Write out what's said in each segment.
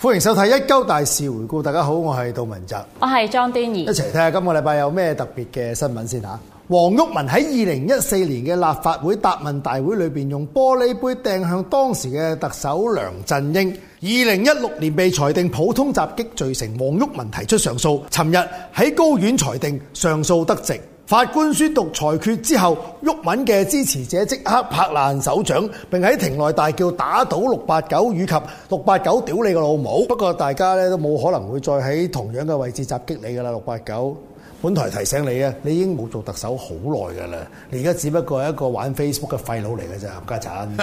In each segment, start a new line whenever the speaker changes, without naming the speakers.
歡迎收睇《一鳩大事回顧》，大家好，我係杜文澤。
我係莊端
一
儀，
齊睇下今個禮拜有咩特別嘅新聞先嚇。黃毓民喺二零一四年嘅立法會答問大會裏邊，用玻璃杯掟向當時嘅特首梁振英。二零一六年被裁定普通襲擊罪成，黃毓民提出上訴。尋日喺高院裁定上訴得直。法官宣讀裁決之後，毓民嘅支持者即刻拍爛手掌，並喺庭內大叫打倒六八九以及六八九屌你個老母。不過大家咧都冇可能會再喺同樣嘅位置襲擊你㗎啦，六八九。本台提醒你啊，你已經冇做特首好耐㗎啦，你而家只不過係一個玩 Facebook 嘅廢佬嚟嘅咋，冚家鏟。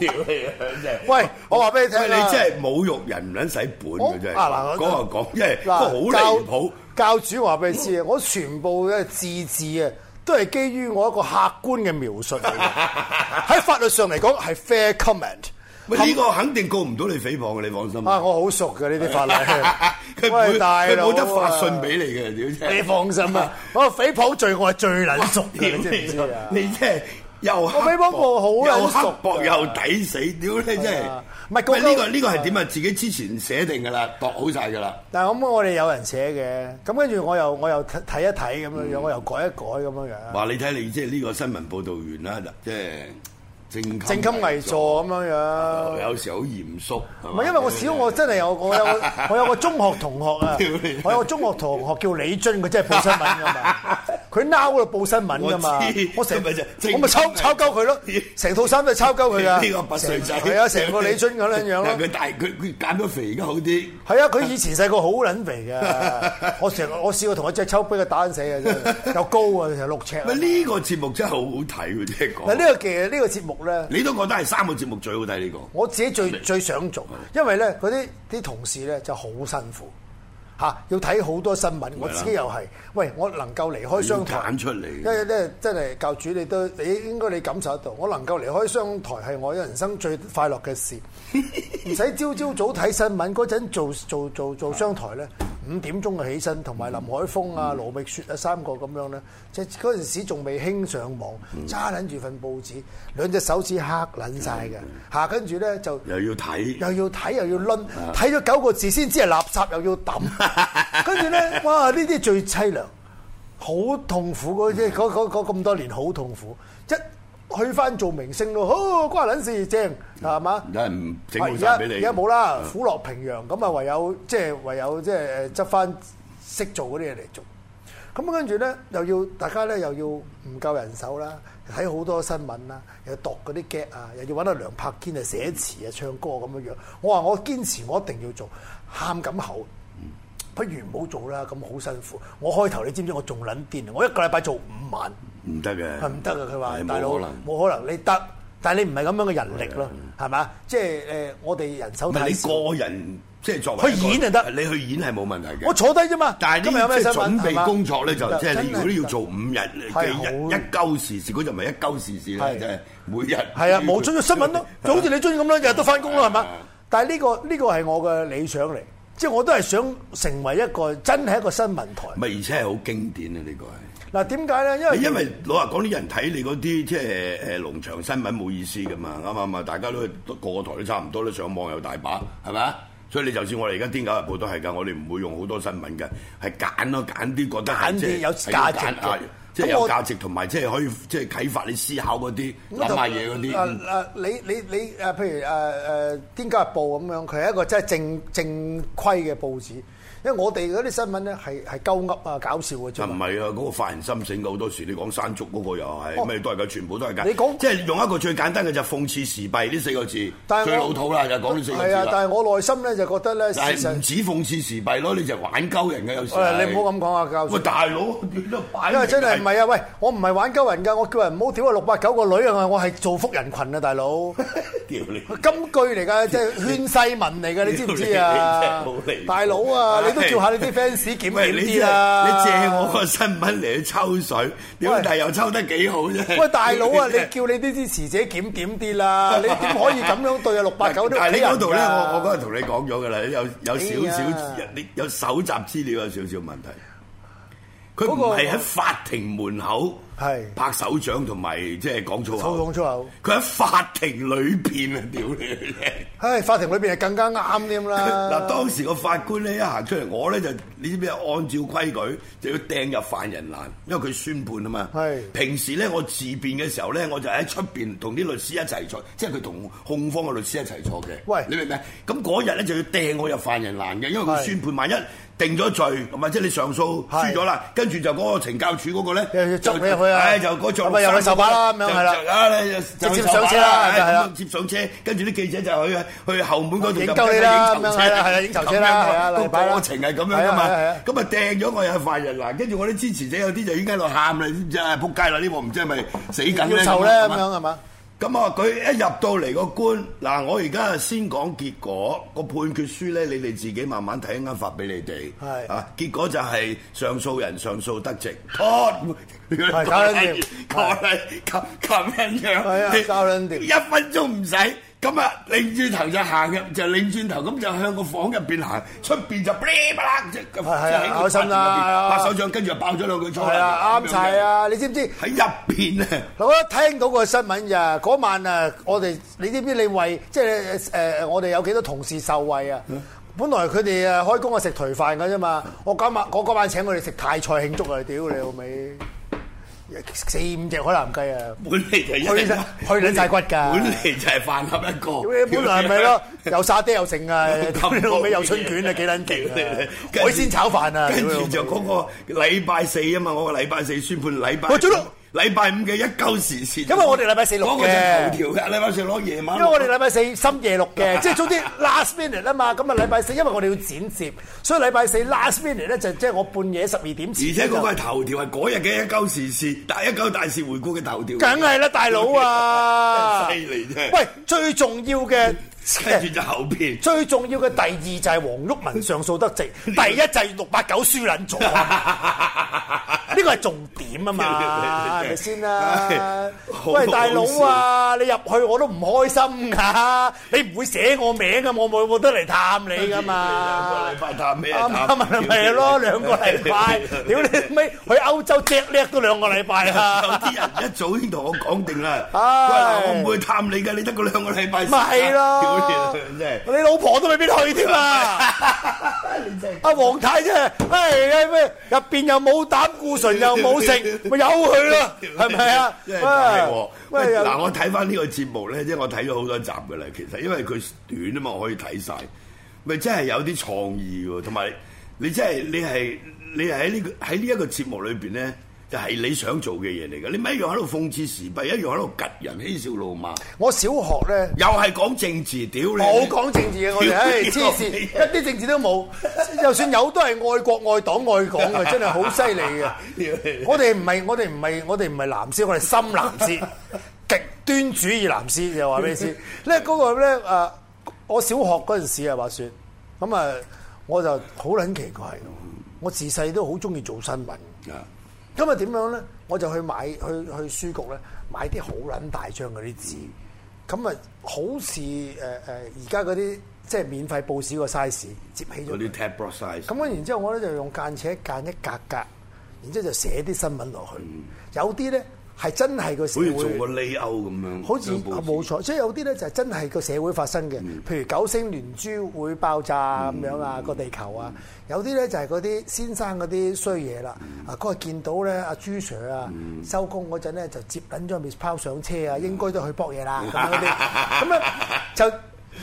屌你啊！真係。
喂，
我話俾你聽
聽
你
啦
真係侮辱人唔撚使本
我
嘅真係。
啊嗱我
講就講，真係都好
嗱，教
離譜。嗯
教主話俾你知啊，我全部嘅自治啊，都係基於我一個客觀嘅描述嚟 嘅。喺法律上嚟講係 fair comment。
喂，呢個肯定告唔到你誹謗嘅，你放心。。
啊，我好熟嘅呢啲法律
佢
啊喂
冇
大
佢
佬啊
冇得發信俾你嘅，屌真係
你放心 啊，我誹謗罪我係最撚熟嘅，你知唔知啊？
你真係又刻
我俾幫我好
薄
撚
又
熟
刻
㗎
薄又抵死，屌你真
係
係
啊。唔係嗰個
喂呢個呢個係點啊？自己之前寫定㗎啦，度好晒㗎啦。
但係咁我哋有人寫嘅，咁跟住我又我又睇睇一睇咁樣樣，
嗯
我又改一改咁樣樣，
話你睇你即係呢個新聞報導員啦，即係正襟
正襟危啊坐咁樣樣。
有時好嚴肅。
唔係因為我小 我真係有我有個我有個中學同學啊
屌你，
我有個中學同學叫李津，佢真係報新聞噶 嘛，佢撈嗰度報新聞噶嘛
我知，
我成
咁咪就
我咪抄
正
抄鳩佢咯，成套衫都係抄鳩佢噶，
呢個八歲仔
係啊，成個李津咁樣樣 咯。
但係佢大佢佢減咗肥而家好啲。
係啊，佢以前細個好撚肥嘅，我成日我試過同佢隻抽俾佢打撚死嘅，真係又高啊，成六尺啊。
喂，呢個節目真係好好睇喎，即
嗱
係講。
呢個其實呢個節目咧。
你都覺得係三個節目最好睇呢個？
我自己最
嗯
最想做，因為咧嗰啲啲同事咧就好辛苦嚇、要睇好多新聞，我自己又係，喂，我能夠離開商
要
台
揀出嚟
因為咧真係教主你都你應該你感受得到，我能夠離開商台係我人生最快樂嘅 事，唔使朝朝早睇新聞嗰陣做做做做商台咧。五點鐘就起身，同埋林海峰
嗯
啊、盧覓雪啊三個咁樣咧，即係嗰陣時仲未興上網，
嗯
揸撚住份報紙，兩隻手指黑撚晒
嗯
嘅嚇，跟住咧就
又要睇，
又要睇又要攆，睇咗九個字先知係垃圾，又要抌。跟住咧，哇！呢啲最凄涼，好痛苦嗰啲，嗰嗰嗰咁多年好痛苦。一去翻做明星咯，好關撚事正係嘛？
有人唔整好
啊而家
晒俾
而
你。
家冇啦，虎落平陽咁啊，唯有即係唯有即係誒執翻識做嗰啲嘢嚟做。咁啊跟住咧，又要大家咧又要唔夠人手啦，睇好多新聞啦，又要度嗰啲 get 啊，又要揾阿梁柏堅啊寫詞啊、唱歌咁樣樣。我話我堅持，我一定要做，喊咁口。
嗯
不如唔好做啦，咁好辛苦。我開頭你知唔知我仲撚癲啊？我一個禮拜做五晚。
唔得
係
嘅，
唔得啊！佢話
係
大佬
冇可能。啊
冇可能，你得，但係你唔係咁樣嘅人力咯，係嘛？即係誒，我哋人手
唔係
太少。
你個人即係作為一個
去演就得
你去演係冇問題嘅。
我坐低啫嘛。
但係
今日有
呢
咩
啲即
新聞
係準
係嘛
備工作咧，就即係你如果你要做
真係
五日嘅
係好
一一鳩時事，嗰就唔係一鳩時事啦，
係
即係每日。
係啊，冇追咗新聞咯，就好似你中意咁啦，日日都翻工啦，係嘛
係啊？
但係呢個呢個係我嘅理想嚟，即係我都係想成為一個真係一個新聞台。
唔係，而且係好經典啊！呢個係。
嗱點解咧？因為
因為老實講，啲人睇你嗰啲即係誒農場新聞冇意思噶嘛，啱唔啱啊？大家都都個個台都差唔多，都上網有大把，係咪啊？所以你就算我哋而家《天狗日報》都係㗎，我哋唔會用好多新聞嘅，係揀咯，揀啲覺得係
揀啲
即係
有
係要
價值嘅
揀啊即係
咁
有
我
價值同埋即係可以即係啟發你思考嗰啲諗下嘢嗰啲。嗯
誒誒，你你你誒，譬如誒誒《天家日報》咁樣，佢係一個真係正正規嘅報紙，因為我哋嗰啲新聞咧係係鳩噏啊、搞笑嘅啫
就唔
嘛。
係啊！嗰、個發人心醒嘅好多時，你講山竹嗰個又係，咩、都係㗎，全部都係㗎。
哦你講
即係用一個最簡單嘅就諷刺時弊呢四個字，
但係
最
我
老土啦，就講呢四個字
係啊，
啦。
但係我內心咧就覺得咧，事
但係唔
實
止諷刺時弊咯，你就玩鳩人嘅有時
喂
係。
你唔好咁講啊，教
喂，
授。
大佬，你都擺
因
明
為真係唔係啊！喂，我唔係玩鳩人㗎，我叫人唔好屌啊六八九個女啊！我係造福人群啊，大 佬。
屌你！
金句嚟㗎，即係勸世文嚟㗎，你知唔知啊
屌 你真係好離？譜
大佬啊，你都叫下你啲 fans 檢檢
喂，你
啲
真
啦。
係你借我個新聞嚟去抽水，屌
啊喂
但係又抽得幾好 啫。
喂，大佬啊，你
屌 真係
叫你啲支持者檢點啲 啦，你點可以咁樣對啊六八九啲
但係你
屋企人
嗰度咧，
㗎
我我嗰日同你講咗㗎啦，有有少
哎
少
呀
你有搜集資料有少少問題。佢
嗰
唔
個
係喺法庭門口
係
拍手掌同埋即係講粗
粗
口
講，粗口。
佢喺法庭裏邊啊！屌你！
唉，法庭裏邊係更加啱添啦。
嗱，當時個法官咧一行出嚟，我咧就你知唔知啊？按照規矩就要掟入犯人欄，因為佢宣判啊嘛。
係
平時咧，我自辯嘅時候咧，我就喺出邊同啲律師一齊坐，即係佢同控方嘅律師一齊坐嘅。
喂
你明唔明？咁嗰日咧就要掟我入犯人欄嘅，因為
係
佢宣判，萬一定咗罪，或者你上訴
係
輸咗啦，跟住就嗰個懲教署嗰個咧
又要捉你入去啊
唉，就嗰座
咁咪又去受把啦咁樣
就
係啦
就啊你就
直接
就受把
上車啦就係啦
唉咁接上車，跟住啲記者就去去後門嗰度就
影鳩你啦
啊影籌車
咁樣係啦係啦影籌車啦係啦
咁樣
例
個
牌啦
過程係咁樣
係
噶
啊
嘛
係啊係啊，
咁啊掟咗我又係犯人嗱，跟住我啲支持者有啲就已經喺度喊啦，你知唔知啊？仆街啦！呢個唔知係咪死緊
要
咧？
受咧咁樣係嘛？
咁啊，佢一入到嚟個官嗱，我而家先講結果，個判決書咧，你哋自己慢慢睇，一陣間發俾你哋。
係
啊，結果就係上訴人上訴得直，拖係
搞撚 掂
搞撚咁咁樣樣，
係啊
你
搞撚掂
一分鐘唔使。咁啊，擰轉頭就行入，就擰轉頭咁就向個房入邊行，出邊就噼哩啪啦，即係咁
係係啊
就喺
嘔
個
心啦係啊
拍手掌，跟住就爆咗兩句粗口
係啊，啱晒！啊！你知唔知？
咁樣嘅喺入邊咧。
我一聽到個新聞呀，嗰晚啊，我哋你知唔知你為即係誒、呃我哋有幾多同事受惠啊？本來佢哋啊開工啊食頹飯㗎啫嘛，我嗰晚我嗰晚請佢哋食泰菜慶祝啊！屌你老味，四五隻海南雞啊！
本嚟就一
去
定
去撚晒骨㗎
本嚟就係飯盒一
屌
個。
你本來係咪 咯？又沙爹又剩啊！屌你老味又春卷啊，幾撚 勁啊！海鮮炒飯啊！
跟住
屌
就
你老味
嗰個禮拜四啊嘛，我個禮拜四宣判，禮拜
喂做到
禮拜五嘅一鳩時事。
因為我哋禮拜四錄嘅
嗰個就頭條嘅，禮拜四攞夜晚。
因為我哋禮拜四深夜錄 嘅，即係早啲 last minute 啊嘛，咁啊禮拜四因為我哋要剪接，所以禮拜四 last minute 咧就即係我半夜十二點前。
而且嗰個係頭條，係嗰日嘅一鳩時事，大一鳩大事回顧嘅頭條。
梗係啦，大佬啊！
真係犀利真係
喂，最重要嘅。
跟住就後邊。
最重要嘅第二就係黃毓民上訴得 直，第一就係六八九輸撚咗啊嘛，呢個係重點啊 嘛，係咪先啦
唉？好
喂，大佬啊，你入去我都唔開心㗎，你唔會寫我名㗎，我冇冇得嚟探你㗎嘛
兩個禮。拜探咩？
啱啊 啱咪咪係咯，兩個禮拜，屌你咪去歐洲 j 叻都兩個禮拜啊
有
啦。
啲人一早已經同我講定啦，佢
唉
話嗱我唔會探你㗎，你得個兩個禮拜先。
咪係
屌
咯
你，真係。
你老婆都未必去添啊！阿黃太啫，唉咩入邊又冇膽固醇又冇食，咪由佢咯，係咪啊？
真係大
喂
鑊！喂
喂，又
嗱，我睇翻呢個節目咧，即係我睇咗好多集㗎啦。其實因為佢短啊嘛，我可以睇晒。咪真係有啲創意喎，同埋你真係你係你係喺呢個喺呢一個節目裏邊咧，就係你想做嘅嘢嚟㗎。你咪一樣喺度諷刺時弊，一樣喺度吉人嬉笑怒罵，
我小學咧。
又係講政治，屌你！
冇講政治嘅，我哋唉黐線，一啲政治都冇。就算有，都係愛國愛黨愛港嘅，真係好犀利嘅。我哋唔係我哋唔係我哋唔係藍絲，我哋深藍絲，極端主義藍絲就話俾你知。咧嗰個咧誒，我小學嗰陣時啊，話説咁啊，我就好撚奇怪，我自細都好中意做新聞。
啊
咁啊點樣咧？我就去買去去書局咧，買啲好撚大張嗰啲紙，咁啊好似誒誒而家嗰啲即係免費報紙個 size 接起
嗰
咗
啲
佢。
tab block size。
咁然之後我咧就用間尺間一格格，然之後就寫啲新聞落去。有啲咧係真係個社
嗯好似做
會
個。layout 咁樣，
好似啊
張報紙嗯
冇錯，即係有啲咧就係真係個社會發生嘅，譬如九星連珠會爆炸咁樣啊，個地球啊，有啲咧就係嗰啲先生嗰啲衰嘢啦。
嗯
啊，嗰日見到咧阿朱 Sir 啊，收工嗰陣咧就接撚咗 Miss 拋上車
嗯
啊，應該都去搏嘢 啦咁樣嗰啲，咁啊就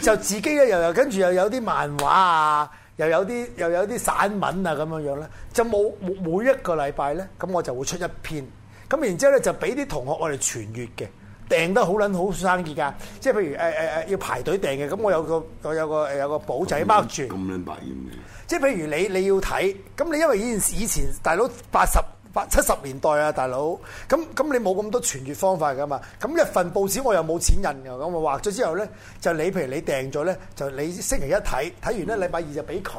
就自己咧又又跟住又有啲漫畫啊。又有啲又有啲散文啊咁樣樣咧，就冇每每一個禮拜咧，咁我就會出一篇，咁然之後咧就俾啲同學我哋傳閱嘅，訂得好撚好生意㗎，即係譬如誒誒誒要排隊訂嘅，咁我有個我有個有個簿仔 mark 住
咁，撚百厭嘅。
即係譬如你你要睇，咁你因為以前以前大佬八十。八七十年代啊，大佬，咁咁你冇咁多傳閱方法噶嘛？咁一份報紙我又冇錢印㗎，咁我畫咗之後咧，就你譬如你訂咗咧，就你星期一睇，睇
嗯
完咧禮拜二就俾佢，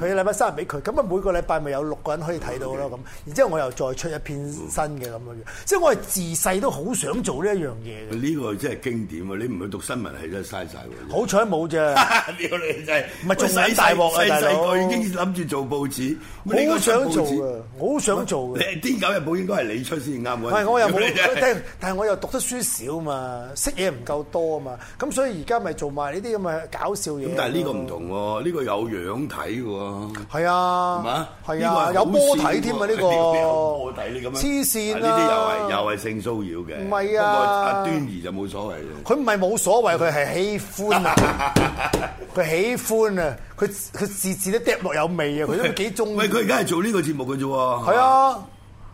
佢禮拜三俾佢，咁啊每個禮拜咪有六個人可以睇到咯咁。然之後我又再出一篇新嘅咁樣樣，即係我係自細都好想做呢一樣 嘢嘅。
呢個真係經典喎！你唔去讀新聞係真係嘥晒喎。
好彩冇啫。
屌你真係，
咪仲撚大鑊啊
細細
大佬
細個已經諗住做報紙，
我好想做
嘅。
嘅，我好想做
你
嘅。
係《癲狗日報》應該係你出先啱
唔
喎。
係我又
屌你真係
冇，但但係我又讀得書少嘛，識嘢唔夠多嘛，咁所以而家咪做埋呢啲咁嘅搞笑嘢咯。
咁但係呢個唔同喎，呢個有樣睇喎。
係啊，
係嘛？
係
呢個
啊，
好
有波睇添啊！呢
笑喎
個
有波睇你咁樣
黐線
呢
啊！
啲又係又係性騷擾嘅。
唔係啊
不過阿端兒就冇所謂嘅。
佢唔係冇所謂，佢係喜歡 啊！佢喜歡啊！佢佢字字都嗒落有味啊！佢都幾中意。
喂，佢而家係做呢個節目嘅啫喎。
係，啊，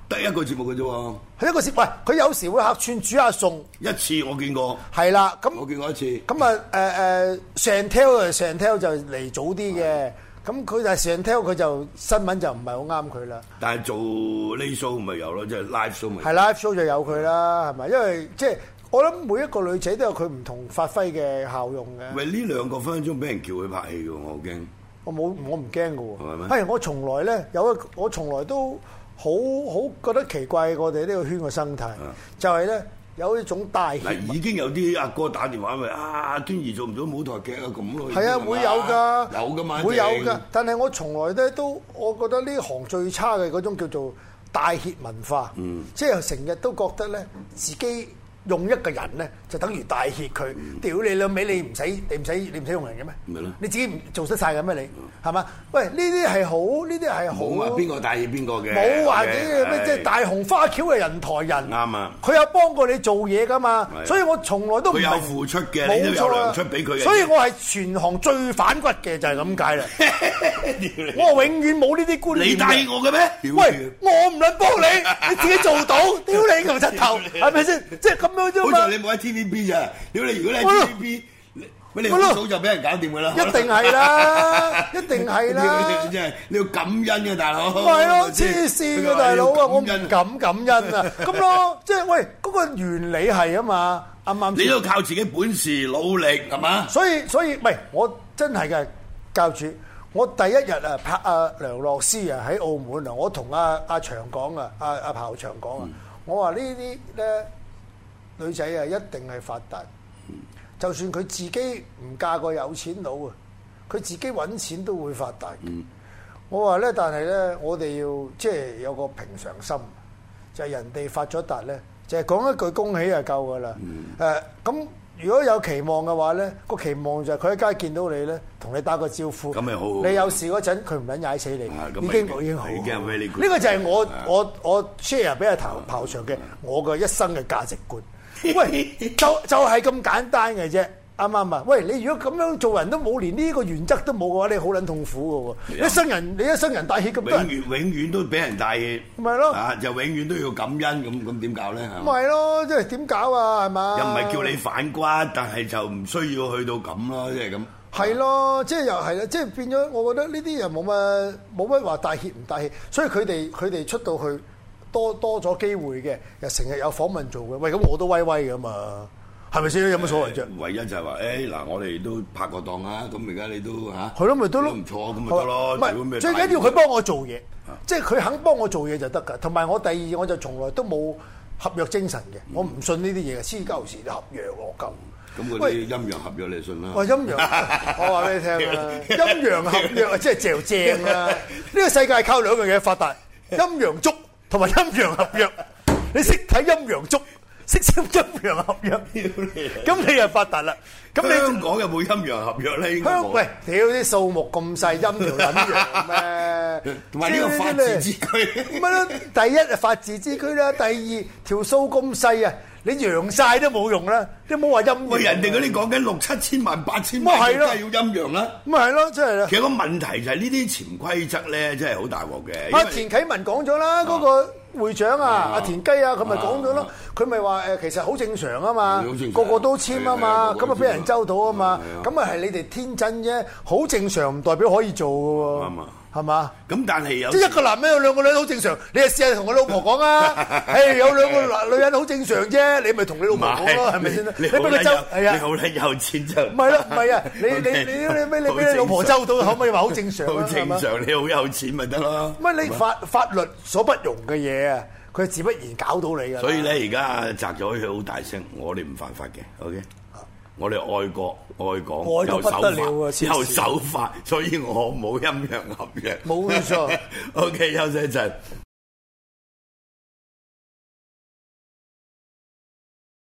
得一個節目嘅啫喎。
佢一個時喂，佢有時會客串煮下餸，
一次我見過，
係啦，咁
我見過一次。
咁啊誒誒，Chantel 啊，Chantel 就嚟早啲嘅，咁佢但係 Chantel 佢就新聞就唔係好啱佢啦，
但係做呢 show 咪有咯，即係 live show 咪有。
係 live show 就有佢啦，係咪？因為即係我諗每一個女仔都有佢唔同發揮嘅效用嘅，
喂，呢兩個分分鐘俾人叫佢拍戲嘅喎，我驚。
我冇我唔驚嘅
係
喎，
咩
係我從來咧有一個我從來都好好覺得奇怪我哋呢個圈嘅生態，就係咧有一種大協
嗱，已經有啲阿哥打電話咪啊，端兒做唔到舞台劇啊咁咯。
係啊，會有㗎，
有㗎嘛，
會有
一
㗎
定。
但係我從來咧都，我覺得呢行最差嘅嗰種叫做大怯文化，
嗯
即係成日都覺得咧自己。用一個人咧，就等於大怯佢。屌你老味，你唔使你唔使你唔使用人嘅咩？
嗯咪咯嗯
你自己唔做得晒嘅咩？你係嘛？喂，呢啲係好，呢啲係好。
冇話邊個大意邊個嘅，
冇話
OK，
啲咩，即係
係
大紅花轎嘅人台人。
啱啊
佢有幫過你做嘢噶嘛，
係啊
所以我從來都唔
佢有
明
付出嘅你
冇
都有
錯啊
糧出俾佢嘅
所以我係全行最反骨嘅，就係咁 解啦。我永遠冇呢啲觀念嘅。
你大意我嘅咩？
喂，我唔撚幫你，你自己做 到，屌你牛柒頭，係咪先？即係咁樣啫嘛
好。在你冇喺 TVB 咋？屌你！如果你
我咯
喺 TVB，你喂你
我
好
咯
早就俾人搞掂㗎啦，
一定係 啦，一定係啦
你。真係你要感恩嘅大佬，
咪咯，黐線嘅大佬啊！我唔
你要感恩
敢感恩 啊，咁咯，即係喂嗰個原理係啊嘛，啱唔啱
你
先
都靠自己本事努力係嘛？
所以所以唔係，我真係嘅教主，我第一日啊拍阿梁洛施啊喺澳門啊，我同阿阿長講啊，阿阿彭長講
嗯
啊，我話呢啲咧女仔啊一定係發達，就算佢自己唔嫁個有錢佬啊，佢自己揾錢都會發達嘅。
嗯
我話咧，但係咧，我哋要即係有個平常心，就係、人哋發咗達咧，就係、講一句恭喜就夠噶啦。誒、
嗯
咁如果有期望嘅話咧，個期望就係佢喺街見到你咧，同你打個招呼。
咁咪好
你有事嗰陣，佢唔撚踩死你
啊，咁
已
咪
經已經好。
已經係 very
呢
good
個就係我
啊
我我 share 俾阿頭炮上嘅我嘅一生嘅價值 觀。喂，就就係咁簡單嘅啫。啱唔啱啊？喂，你如果咁樣做人都冇，連呢個原則都冇嘅話，你好撚痛苦嘅喎！一生人，你一生人大氣咁多
啊
人，
永遠永遠都俾人大氣，
咪咯
啊就永遠都要感恩咁咁點搞咧？係
咪
嘛
係咯，即係點搞啊？係嘛？
又唔係叫你反骨，但係就唔需要去到咁咯，即係咁。
係
啊
咯，即係又係啦，即係變咗，我覺得呢啲人冇乜冇乜話大氣唔大氣，所以佢哋佢哋出到去多多咗機會嘅，又成日有訪問做嘅。喂，咁我都威威噶嘛，係咪先？有乜所謂啫？
唯一就係話，誒嗱，我哋都拍過檔啦，咁而家你都嚇，
係咯，咪得咯，
都唔錯，咁咪得咯。
唔
屌咩
係最緊要佢
大啊
幫我做嘢，即係佢肯幫我做嘢就得㗎。同埋我第二，我就從來都冇合約精神嘅，我唔信呢啲嘢嘅。私交時合約我夠。
嗯咁嗰
喂
啲陰陽合約你信啦。
我陰 陽，我話俾你聽啦，陰陽合約啊，即係嚼正 啦。呢個世界靠兩樣嘢發達，陰陽燭同埋陰陽合約。你識睇陰陽燭，識識陰陽合約，咁你就發達啦。咁
咁
你
香港有冇陰陽合約咧？應該
香
冇？
喂，，屌啲數目咁細，陰條撚樣咩
同埋呢個法治之
咪
區，
咯，第一係法治之區啦，第二條數咁細啊，你揚晒都冇用啦，你冇話陰。
喂人哋嗰啲講緊六七千萬、八千
咪
萬，
啊係
梗
咯
係要陰陽啦。
咪係咯，真係啦。
其實個問題就係呢啲潛規則咧，真係好大鑊嘅。因為
阿田啟文講咗啦，嗰個會長啊，阿田雞啊，佢咪講咗咯
啊，
佢咪話誒，其實好正常啊嘛
好正常，
個個都簽啊嘛，
係啊
咁啊俾人周到啊嘛
係啊，
咁啊係你哋天真啫，好正常唔代表可以做嘅
啱啊
喎，係嘛？
咁但係有
即係一個男人有兩個女人好正常，你就試下同我老婆 講啊！誒，有兩個男女人好正常啫，你咪同你老
唔
婆講咯，係咪先？
你
你
好
俾
撚
佢周
有
係
你
啊
好，撚有錢就
唔係咯，唔係啊！你
OK，
你你你俾你
好
俾你老婆
正常
周到，可唔可以話好正常啊？
好正
係嘛
常，你好有錢咪得咯。
乜你法法律所不容嘅嘢啊，佢自不然搞到你㗎啦。
所以咧，而家擲咗佢好大聲，我哋唔犯法嘅，OK。我哋愛國愛港，
愛到
有
不
守
得了啊
法，有
黐線
守法，所以我冇陰陽合約。
冇錯
OK，休息一陣。